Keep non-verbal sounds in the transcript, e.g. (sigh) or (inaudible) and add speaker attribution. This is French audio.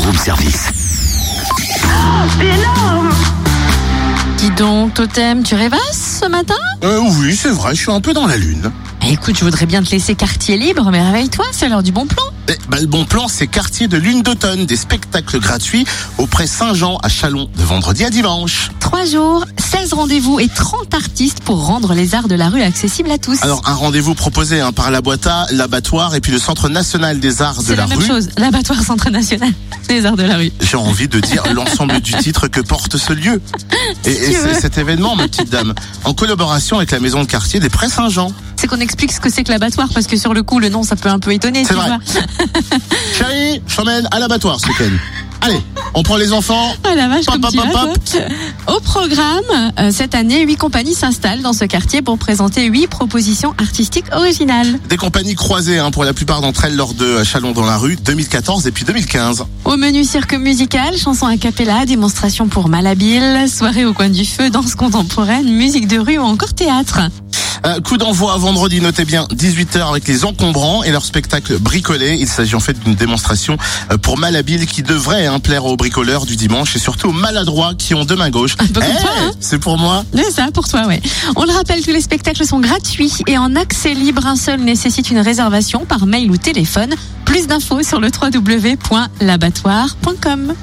Speaker 1: room service.
Speaker 2: Dis donc, Totem, tu rêvasses ce matin
Speaker 1: Euh, oui, c'est vrai, je suis un peu dans la lune.
Speaker 2: Bah Écoute, je voudrais bien te laisser quartier libre, mais réveille-toi, c'est l'heure du bon plan.
Speaker 1: Eh, bah, le bon plan, c'est quartier de lune d'automne, des spectacles gratuits auprès Saint-Jean à Chalon de vendredi à dimanche.
Speaker 2: Trois jours, 16 rendez-vous et 30 artistes pour rendre les arts de la rue accessibles à tous.
Speaker 1: Alors un rendez-vous proposé hein, par la Boita, l'abattoir et puis le Centre national des arts de
Speaker 2: c'est
Speaker 1: la
Speaker 2: la, même
Speaker 1: rue.
Speaker 2: chose, l'abattoir Centre National des arts de la rue.
Speaker 1: J'ai envie de
Speaker 2: (laughs)
Speaker 1: dire l'ensemble du titre que porte ce lieu. Et, et
Speaker 2: tu
Speaker 1: c-
Speaker 2: veux.
Speaker 1: cet événement, ma petite dame, en collaboration avec la maison de quartier des Prés Saint-Jean.
Speaker 2: C'est qu'on explique ce que c'est que l'abattoir, parce que sur le coup, le nom, ça peut un peu étonner,
Speaker 1: C'est
Speaker 2: tu
Speaker 1: vrai.
Speaker 2: vois.
Speaker 1: Chérie, je t'emmène à l'abattoir ce week-end. Allez, on prend les enfants.
Speaker 2: Ah la vache,
Speaker 1: Pop, pop,
Speaker 2: comme tu vas,
Speaker 1: pop,
Speaker 2: toi. Au programme, euh, cette année, huit compagnies s'installent dans ce quartier pour présenter huit propositions artistiques originales.
Speaker 1: Des compagnies croisées hein, pour la plupart d'entre elles lors de euh, Chalon dans la rue 2014 et puis 2015.
Speaker 2: Au menu cirque musical, chansons a cappella, démonstrations pour malhabiles, soirée au coin du feu, danse contemporaine, musique de rue ou encore théâtre.
Speaker 1: Euh, coup d'envoi à vendredi, notez bien 18h avec les encombrants et leur spectacle bricolé. Il s'agit en fait d'une démonstration euh, pour malhabiles qui devrait hein, plaire aux bricoleurs du dimanche et surtout aux maladroits qui ont deux mains gauches.
Speaker 2: peu comme
Speaker 1: Eh,
Speaker 2: toi, hein.
Speaker 1: C'est pour moi.
Speaker 2: C'est ça pour toi, ouais. On le rappelle, tous les spectacles sont gratuits et en accès libre. Un seul nécessite une réservation par mail ou téléphone. Plus d'infos sur le www.labattoir.com.